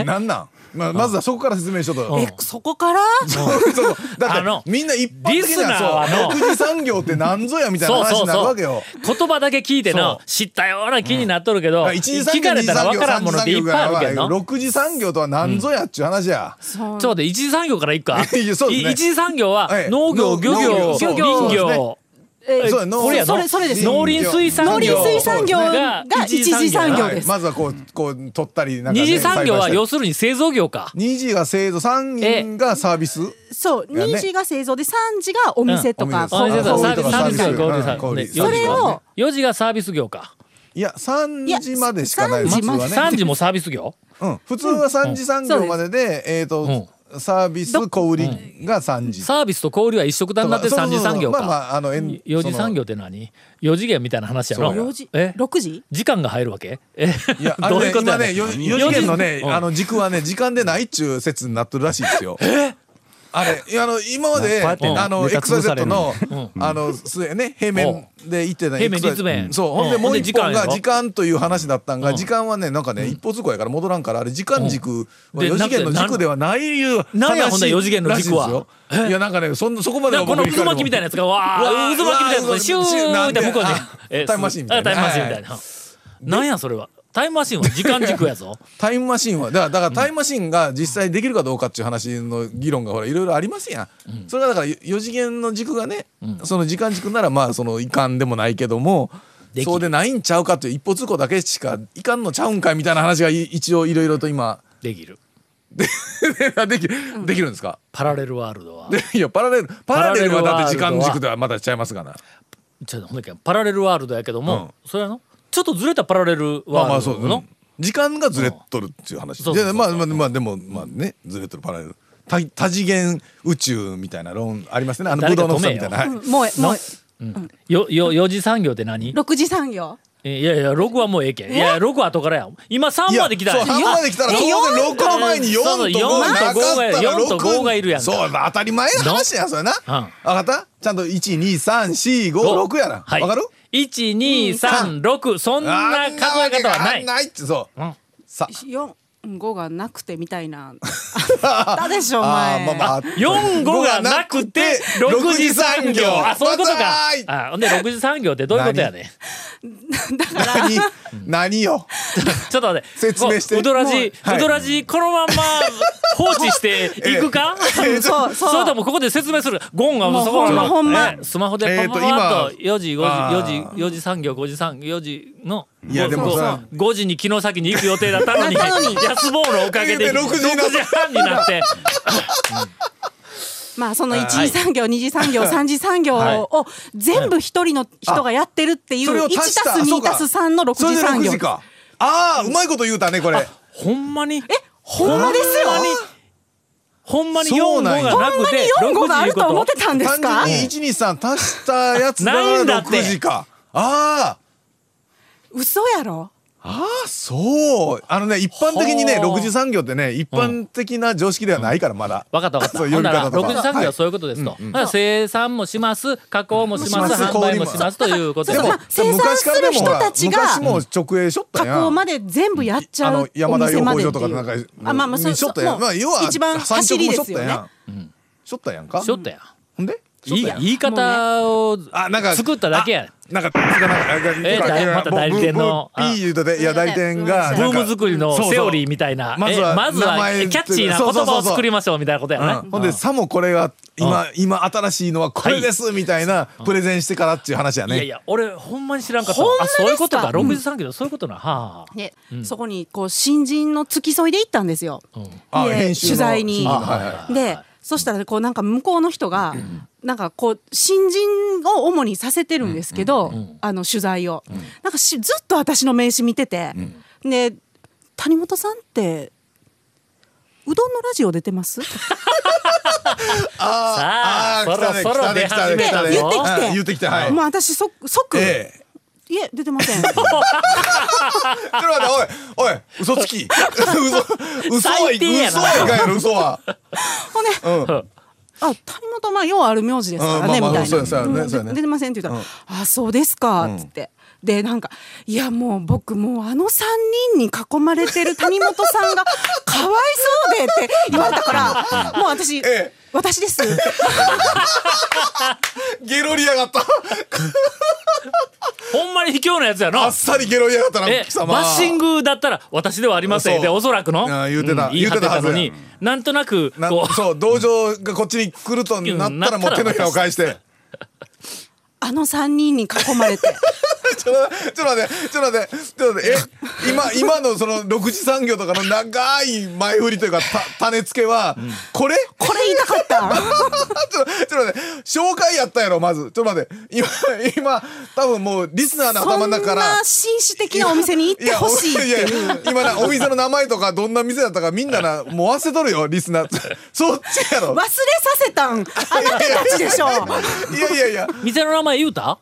[SPEAKER 3] うなんなん。まあまずはそこから説明しようと。
[SPEAKER 8] えそこから
[SPEAKER 3] そうそうだ
[SPEAKER 1] あの
[SPEAKER 3] ってみんな一般的
[SPEAKER 1] リスナ
[SPEAKER 3] な
[SPEAKER 1] ーは
[SPEAKER 3] そう
[SPEAKER 1] の
[SPEAKER 3] 独自産業ってなんぞやみたいな話になるわけよ。
[SPEAKER 1] 言葉だけ聞いての
[SPEAKER 3] そ
[SPEAKER 1] 知ったような気になっとるけど、
[SPEAKER 3] 一次産
[SPEAKER 1] 聞
[SPEAKER 3] 業、
[SPEAKER 1] か
[SPEAKER 3] 二
[SPEAKER 1] れ
[SPEAKER 3] 次
[SPEAKER 1] たら
[SPEAKER 3] 産
[SPEAKER 1] 分
[SPEAKER 3] 業、
[SPEAKER 1] から
[SPEAKER 3] 三
[SPEAKER 1] んも
[SPEAKER 3] 次
[SPEAKER 1] のって
[SPEAKER 3] 産
[SPEAKER 1] い
[SPEAKER 3] 業
[SPEAKER 1] っぱいある
[SPEAKER 3] が
[SPEAKER 1] けどなちょ
[SPEAKER 3] 六次産業とは何ぞやっちゅう話や。
[SPEAKER 1] っと待って一次産業からいくか
[SPEAKER 3] いやそうですね
[SPEAKER 1] い一次産業は
[SPEAKER 3] はい
[SPEAKER 1] 農業、
[SPEAKER 3] 農
[SPEAKER 1] 漁業
[SPEAKER 3] 農業そう
[SPEAKER 1] 林
[SPEAKER 3] そうです
[SPEAKER 1] 業
[SPEAKER 3] ね
[SPEAKER 8] え
[SPEAKER 3] そうやの
[SPEAKER 1] これやの
[SPEAKER 8] それそれです
[SPEAKER 1] 農林水産業
[SPEAKER 8] 農林水産業が一次産業
[SPEAKER 3] はい
[SPEAKER 8] です
[SPEAKER 3] まずはこうこう取ったりなんかね、
[SPEAKER 1] 二次産業は
[SPEAKER 3] 栽培
[SPEAKER 1] 要
[SPEAKER 3] した
[SPEAKER 1] す
[SPEAKER 3] り
[SPEAKER 1] るに製造業か
[SPEAKER 3] 二次が製造三人がサービス
[SPEAKER 8] そう
[SPEAKER 3] やね
[SPEAKER 8] 2次が製造で3次がお店とか、
[SPEAKER 3] うん
[SPEAKER 8] こ
[SPEAKER 3] お
[SPEAKER 8] う
[SPEAKER 1] あ
[SPEAKER 3] 店
[SPEAKER 1] そう
[SPEAKER 3] と
[SPEAKER 1] そう
[SPEAKER 3] か
[SPEAKER 1] サービスサービス
[SPEAKER 3] 小
[SPEAKER 1] 業小売サービスね四次
[SPEAKER 3] 売とか小売
[SPEAKER 8] それ
[SPEAKER 1] が
[SPEAKER 8] を
[SPEAKER 1] 四次がサービス業か
[SPEAKER 3] いや三次までしかない
[SPEAKER 8] いや
[SPEAKER 3] 普通はね、
[SPEAKER 8] 三次
[SPEAKER 1] 三次もサービス業
[SPEAKER 3] うん、普通は三次産業までで、えっ、と、サービス小売が三次
[SPEAKER 1] サービスと小売は一緒くたになって
[SPEAKER 3] そうそ
[SPEAKER 1] 三
[SPEAKER 3] うそう
[SPEAKER 1] 次産業か
[SPEAKER 3] まあまああのえん
[SPEAKER 1] 四次
[SPEAKER 3] その
[SPEAKER 1] 産業って何四次元みたいな話やろ
[SPEAKER 8] 4時
[SPEAKER 1] え
[SPEAKER 8] 6時
[SPEAKER 1] 時間が入るわけえ
[SPEAKER 3] いや、あ
[SPEAKER 1] どう
[SPEAKER 3] の
[SPEAKER 1] い
[SPEAKER 3] ね
[SPEAKER 1] うことや
[SPEAKER 3] 今
[SPEAKER 1] ね
[SPEAKER 3] ね、
[SPEAKER 1] ん
[SPEAKER 3] 4次元のね、
[SPEAKER 1] うん
[SPEAKER 3] あの軸はね、時間でないっちゅう説になってるらしいですよ。あれ、いやあの、今まで、
[SPEAKER 4] こうやって
[SPEAKER 3] あの、
[SPEAKER 4] ネタ潰さ
[SPEAKER 3] XYZ
[SPEAKER 4] れる
[SPEAKER 3] の、あの、すえね、平面で行ってた
[SPEAKER 1] 平面
[SPEAKER 3] XYZ
[SPEAKER 1] 立面
[SPEAKER 3] そう、ほん
[SPEAKER 1] う
[SPEAKER 3] で、
[SPEAKER 1] ん
[SPEAKER 3] も
[SPEAKER 1] ほ
[SPEAKER 3] うん
[SPEAKER 1] で
[SPEAKER 3] 一本
[SPEAKER 1] 時間や
[SPEAKER 3] が
[SPEAKER 1] ろ
[SPEAKER 3] 時間という話だったんが、時間はね、なんかね、一歩ずこやから戻らんから、あれ、時間軸は、
[SPEAKER 1] で
[SPEAKER 3] 4次元の
[SPEAKER 1] なんて
[SPEAKER 3] 軸ではないいう話
[SPEAKER 1] なんやほんなら四次元の軸は
[SPEAKER 3] らしいですよいや、なんかね、そんな、そこまで
[SPEAKER 1] なん
[SPEAKER 3] は
[SPEAKER 1] かこの
[SPEAKER 3] 僕理解
[SPEAKER 1] 渦巻きみたいなやつがわあ
[SPEAKER 3] うわ
[SPEAKER 1] 渦巻きみたいなやつがシュ
[SPEAKER 3] う
[SPEAKER 1] ー
[SPEAKER 3] わ
[SPEAKER 1] って向こうに
[SPEAKER 3] あ
[SPEAKER 1] え
[SPEAKER 3] タイムマシーンみた
[SPEAKER 1] あ
[SPEAKER 3] いな
[SPEAKER 1] タイムマシーンみたいななんやそれはタイムマシーンは時間軸やぞ
[SPEAKER 3] タイムマシンはだからだからタイムマシンが実際できるかどうかっていう話の議論がほらいろいろありますやん、それがだから4次元の軸がね、その時間軸ならまあそのいかんでもないけども
[SPEAKER 1] きる
[SPEAKER 3] そうでないんちゃうかっていう一歩通行だけしかいかんのちゃうんかいみたいな話がい一応いろいろと今
[SPEAKER 1] できる
[SPEAKER 3] でき できるんですか、
[SPEAKER 1] パラレルワールドは
[SPEAKER 3] いやパラレルパラレルはだって時
[SPEAKER 1] パラレルワールド
[SPEAKER 3] 間
[SPEAKER 1] は
[SPEAKER 3] 軸ではまだちゃいますがな
[SPEAKER 1] ちょっとほんだけパラレルワールドやけどもそれはのちょっとずれたパラレル
[SPEAKER 3] まあま
[SPEAKER 1] ワー
[SPEAKER 3] あ
[SPEAKER 1] ル
[SPEAKER 3] そう
[SPEAKER 1] ドの
[SPEAKER 3] 時間がずれとるっていう話
[SPEAKER 1] そうそうそう
[SPEAKER 3] でまあまあまあでもまあねずれとるパラレル多多次元宇宙みたいな論ありますねあの
[SPEAKER 1] 誰
[SPEAKER 3] ブ
[SPEAKER 1] か
[SPEAKER 3] ドウの
[SPEAKER 1] 止
[SPEAKER 3] 房
[SPEAKER 1] めよ
[SPEAKER 3] みたいな、はい
[SPEAKER 8] うんもうえもうえ
[SPEAKER 1] よよ四次産業って何
[SPEAKER 8] 6次産業
[SPEAKER 1] えいやいや6はもうええけんいや6は後からや今3まで来た
[SPEAKER 3] そう半まで来たら当然6の前に4
[SPEAKER 1] そうそう
[SPEAKER 3] と5なか
[SPEAKER 1] 四と五が
[SPEAKER 3] ったら
[SPEAKER 1] 四と五がいるやんか
[SPEAKER 3] そう当たり前の話やんそれな分
[SPEAKER 1] うん
[SPEAKER 3] かったちゃんと12345やな
[SPEAKER 1] は
[SPEAKER 3] 分
[SPEAKER 1] い
[SPEAKER 3] かる
[SPEAKER 1] 1236そんな数え方はな
[SPEAKER 3] あんわけ
[SPEAKER 1] い
[SPEAKER 3] がないってそうさ
[SPEAKER 8] 45がなくてみたいなあったでし ょ
[SPEAKER 3] あー
[SPEAKER 8] 前
[SPEAKER 3] まあまあ
[SPEAKER 1] 四五がなくて六次産業あそういうことかあほんで六次産業ってどういうことやねん
[SPEAKER 3] 何何よ
[SPEAKER 1] ちょっと待って
[SPEAKER 3] 説明して
[SPEAKER 1] こうウドラジウ
[SPEAKER 3] はい
[SPEAKER 1] ドラジこのまん ま放置していくか
[SPEAKER 8] そう
[SPEAKER 1] それともここで説明するゴンがそこ
[SPEAKER 8] もうほんま
[SPEAKER 1] ねスマホで
[SPEAKER 3] えー
[SPEAKER 1] パ
[SPEAKER 3] と
[SPEAKER 1] パパッと
[SPEAKER 3] 今
[SPEAKER 1] 4時
[SPEAKER 3] あ
[SPEAKER 1] 5時
[SPEAKER 3] ー
[SPEAKER 1] 4時4時産業5時産業4時の
[SPEAKER 3] いや
[SPEAKER 1] ご
[SPEAKER 3] で もさ
[SPEAKER 1] ご5時に昨日先に行く予定だったのに安坊のおかげで
[SPEAKER 3] 言うて6時になっ
[SPEAKER 1] 6時半になって
[SPEAKER 8] まあその1次産業2次 産業3次産業
[SPEAKER 3] はい
[SPEAKER 8] を全部一人の人がやってるっていう
[SPEAKER 3] それを
[SPEAKER 8] 1
[SPEAKER 3] 足
[SPEAKER 8] 足
[SPEAKER 3] した
[SPEAKER 8] す
[SPEAKER 3] そう
[SPEAKER 8] 2
[SPEAKER 3] か
[SPEAKER 8] 足す3の6
[SPEAKER 3] それ
[SPEAKER 8] 次
[SPEAKER 3] で
[SPEAKER 8] 産
[SPEAKER 3] 6
[SPEAKER 8] 業
[SPEAKER 3] 時かああうまいこと言うたねこれ
[SPEAKER 1] ほんまにえ
[SPEAKER 8] ほんまですよ
[SPEAKER 1] ほんまに
[SPEAKER 3] そ
[SPEAKER 1] 4
[SPEAKER 3] う
[SPEAKER 1] 号
[SPEAKER 3] なんや
[SPEAKER 1] がなくて
[SPEAKER 8] 4
[SPEAKER 1] 6
[SPEAKER 8] 号
[SPEAKER 1] 時
[SPEAKER 8] があ
[SPEAKER 1] いう
[SPEAKER 8] る
[SPEAKER 1] こと
[SPEAKER 8] 思ってたんで
[SPEAKER 3] 単
[SPEAKER 8] すか
[SPEAKER 3] 純に123足したやつが
[SPEAKER 1] ないんだって
[SPEAKER 3] 6時かああ
[SPEAKER 8] 嘘やろ
[SPEAKER 3] あそうあのね一般的にね
[SPEAKER 1] はあ
[SPEAKER 3] 6次産業ってね一般的な常識ではないからまだ、
[SPEAKER 1] 分かった分かった。
[SPEAKER 3] そう
[SPEAKER 1] ほんなら
[SPEAKER 3] 呼び方とか
[SPEAKER 1] 6次産業はそういうことですと。だから生産もします、加工もします、
[SPEAKER 3] します
[SPEAKER 1] 販売もしますということ
[SPEAKER 8] でも
[SPEAKER 1] で
[SPEAKER 8] まあ生産する人たちが
[SPEAKER 3] 昔も直営しょった
[SPEAKER 8] 加
[SPEAKER 3] やん
[SPEAKER 8] 工まで全部やっちゃ
[SPEAKER 3] あ
[SPEAKER 8] う
[SPEAKER 3] の山
[SPEAKER 8] お
[SPEAKER 3] 田
[SPEAKER 8] 店
[SPEAKER 3] 養
[SPEAKER 8] まで
[SPEAKER 3] 蜂
[SPEAKER 8] って
[SPEAKER 3] 場
[SPEAKER 8] いう
[SPEAKER 3] とかなんか
[SPEAKER 8] あまあまあそう
[SPEAKER 3] にしょ
[SPEAKER 8] そ
[SPEAKER 3] っ
[SPEAKER 8] う
[SPEAKER 3] たやん
[SPEAKER 8] も
[SPEAKER 3] ま
[SPEAKER 8] う
[SPEAKER 3] あ要は
[SPEAKER 8] 一番走りですよね
[SPEAKER 3] しょったやんか
[SPEAKER 1] しょったやん。
[SPEAKER 3] ほんでしょ
[SPEAKER 1] 言い
[SPEAKER 3] ったやん
[SPEAKER 1] 言い方を
[SPEAKER 3] あなんか
[SPEAKER 1] 作っただけや。
[SPEAKER 3] なんかなんかなんか
[SPEAKER 1] えーだいまた代理店の
[SPEAKER 3] ブーブーピー言うとでいや代理店が
[SPEAKER 1] ブーム作りの
[SPEAKER 3] そうそう
[SPEAKER 1] セオリーみたいな、
[SPEAKER 3] まずは
[SPEAKER 1] えまずは
[SPEAKER 3] 名前
[SPEAKER 1] キャッチーな言
[SPEAKER 3] そうそう
[SPEAKER 1] 葉
[SPEAKER 3] そ
[SPEAKER 1] を
[SPEAKER 3] うそう
[SPEAKER 1] 作りましょうみたいなことやな。
[SPEAKER 3] うんほんでさもこれが今今新しいのはこれですみたいなプレゼンしてからっていう話や
[SPEAKER 1] いやい
[SPEAKER 3] ね
[SPEAKER 1] や、俺ほんまに知らんかった。
[SPEAKER 8] ほんま
[SPEAKER 1] あ、そういうこと
[SPEAKER 8] です
[SPEAKER 1] か。
[SPEAKER 8] か
[SPEAKER 1] 六次産業そういうことな。はあ。
[SPEAKER 8] で、そこにこう新人の付き添いで行ったんですよ、
[SPEAKER 3] あ
[SPEAKER 8] で
[SPEAKER 3] 編集の
[SPEAKER 8] 取材に
[SPEAKER 3] 新人のはいは
[SPEAKER 8] でそしたらこうなんか向こうの人がなんかこう新人を主にさせてるんですけど、あの取材を、なんかしずっと私の名刺見てて、で「谷本さんってうどんのラジオ出てます?」 って
[SPEAKER 1] さあ、
[SPEAKER 3] あ
[SPEAKER 1] そろ
[SPEAKER 3] ー来たね
[SPEAKER 1] そろ出
[SPEAKER 3] 来た
[SPEAKER 1] 始
[SPEAKER 3] ね
[SPEAKER 1] め
[SPEAKER 3] 来
[SPEAKER 1] た
[SPEAKER 3] た
[SPEAKER 1] ぞ
[SPEAKER 3] ね。
[SPEAKER 8] 言
[SPEAKER 3] うん言っ
[SPEAKER 8] ってきて、
[SPEAKER 3] てきてはい
[SPEAKER 8] もう私即即、
[SPEAKER 3] ええ
[SPEAKER 8] いえ出てませ ん
[SPEAKER 3] ちょっと待っておいおい嘘 つき嘘嘘は
[SPEAKER 1] 最低やな
[SPEAKER 3] 嘘はいかんやろ嘘は
[SPEAKER 8] ほんで、あ谷本まあようある名字ですからね、
[SPEAKER 3] うんまあまあ
[SPEAKER 8] みた
[SPEAKER 3] そ
[SPEAKER 8] いな
[SPEAKER 3] うやそうやね
[SPEAKER 8] ん
[SPEAKER 3] そうやね
[SPEAKER 8] 出てませんって言ったら「あそうですか」っつって。でなんかいやもう僕もうあの3人に囲まれてる谷本さんが かわいそうでって言われたからもう私、
[SPEAKER 3] ええ
[SPEAKER 8] 私です
[SPEAKER 3] ゲロりやがった
[SPEAKER 1] ほんまに卑怯なやつや
[SPEAKER 3] あ
[SPEAKER 1] な
[SPEAKER 3] っ。さりゲロりやがったな
[SPEAKER 1] え
[SPEAKER 3] 貴様
[SPEAKER 1] バッシングだったら私ではありません
[SPEAKER 3] そう
[SPEAKER 1] でおそらくの
[SPEAKER 3] あー言うてた
[SPEAKER 1] ん言い張ってたの
[SPEAKER 3] 言う
[SPEAKER 1] に
[SPEAKER 3] て
[SPEAKER 1] なんとなく
[SPEAKER 3] な
[SPEAKER 1] こう
[SPEAKER 3] そう同情がこっちに来るとなったらもう手のひらを返して
[SPEAKER 8] あの3人に囲まれて
[SPEAKER 3] ちょっと待ってちょっと待ってちょっと待ってえ今今のその六次産業とかの長い前振りというかた種付けはこれ
[SPEAKER 8] これ言いたかった
[SPEAKER 3] ちょっとちょっと待って紹介やったやろまずちょっと待って今今多分もうリスナーの 頭
[SPEAKER 8] そ
[SPEAKER 3] の
[SPEAKER 8] ん
[SPEAKER 3] 中から
[SPEAKER 8] な紳士的なお店に行ってほしいっていう
[SPEAKER 3] やや今なお店の名前とかどんな店だったかみんななもう忘れとるよリスナーそっちやろ
[SPEAKER 8] 忘れさせたんあなたたち でしょ
[SPEAKER 3] いやいやいや
[SPEAKER 1] 店の名前言うた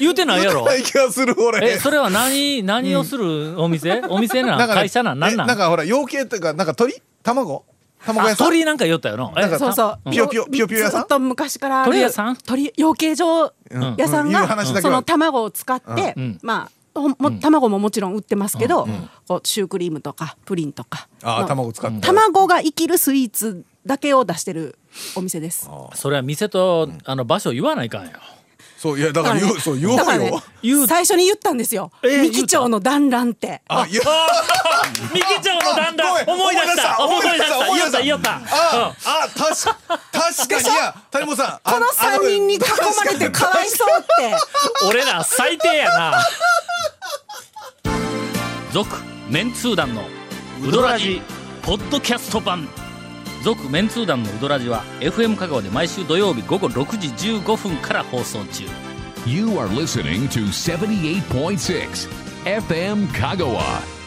[SPEAKER 1] 言うてないやろ
[SPEAKER 3] 言うてない気がする俺
[SPEAKER 1] えそれは何何をするお 店お店なん
[SPEAKER 3] ね
[SPEAKER 1] 会社なんなん
[SPEAKER 3] え
[SPEAKER 1] なん
[SPEAKER 3] なんかほら養鶏っていうかなんか鳥卵卵
[SPEAKER 1] あ
[SPEAKER 3] 屋さん
[SPEAKER 1] 鳥なんか言ったよなえ
[SPEAKER 3] なんか
[SPEAKER 8] そうそう、
[SPEAKER 3] うんピヨピヨピヨピヨ屋さん
[SPEAKER 8] ずっと昔からある
[SPEAKER 1] 鳥屋さん
[SPEAKER 8] 鳥養鶏場屋さん
[SPEAKER 3] うんいう
[SPEAKER 8] が、
[SPEAKER 3] 話だけは
[SPEAKER 8] その卵を使って、
[SPEAKER 1] ん
[SPEAKER 8] まあほんも卵ももちろん売ってますけど、こうシュークリームとかプリンとか
[SPEAKER 3] あー
[SPEAKER 8] の
[SPEAKER 3] 卵使って
[SPEAKER 8] 卵が生きるスイーツだけを出してるお店です
[SPEAKER 1] それは店とあの場所言わないかんよ
[SPEAKER 3] そういやだから言うそう言おう
[SPEAKER 8] だからね
[SPEAKER 3] よ
[SPEAKER 1] 言う
[SPEAKER 8] 最初に言ったんですよ、
[SPEAKER 1] えー
[SPEAKER 8] 三木町の団らんって
[SPEAKER 3] あいや
[SPEAKER 1] 三木町のだんだん
[SPEAKER 3] ごめん
[SPEAKER 1] 思い出した思
[SPEAKER 3] 思
[SPEAKER 1] い
[SPEAKER 3] い
[SPEAKER 1] 出
[SPEAKER 3] 出
[SPEAKER 1] し
[SPEAKER 3] したた
[SPEAKER 1] 言
[SPEAKER 3] 思い
[SPEAKER 1] お
[SPEAKER 3] 出
[SPEAKER 1] っ
[SPEAKER 3] したた
[SPEAKER 1] 言おった
[SPEAKER 3] ああ確か確かにいや谷本さんあ
[SPEAKER 8] この3人に囲まれてかわいそうって
[SPEAKER 1] うん俺ら最低やな続メンツー団のウドラジポッドキャスト版続メンツー団のウドラジは FM 香川で毎週土曜日午後6時15分から放送中
[SPEAKER 2] You are listening to 78.6 FM Kagawa.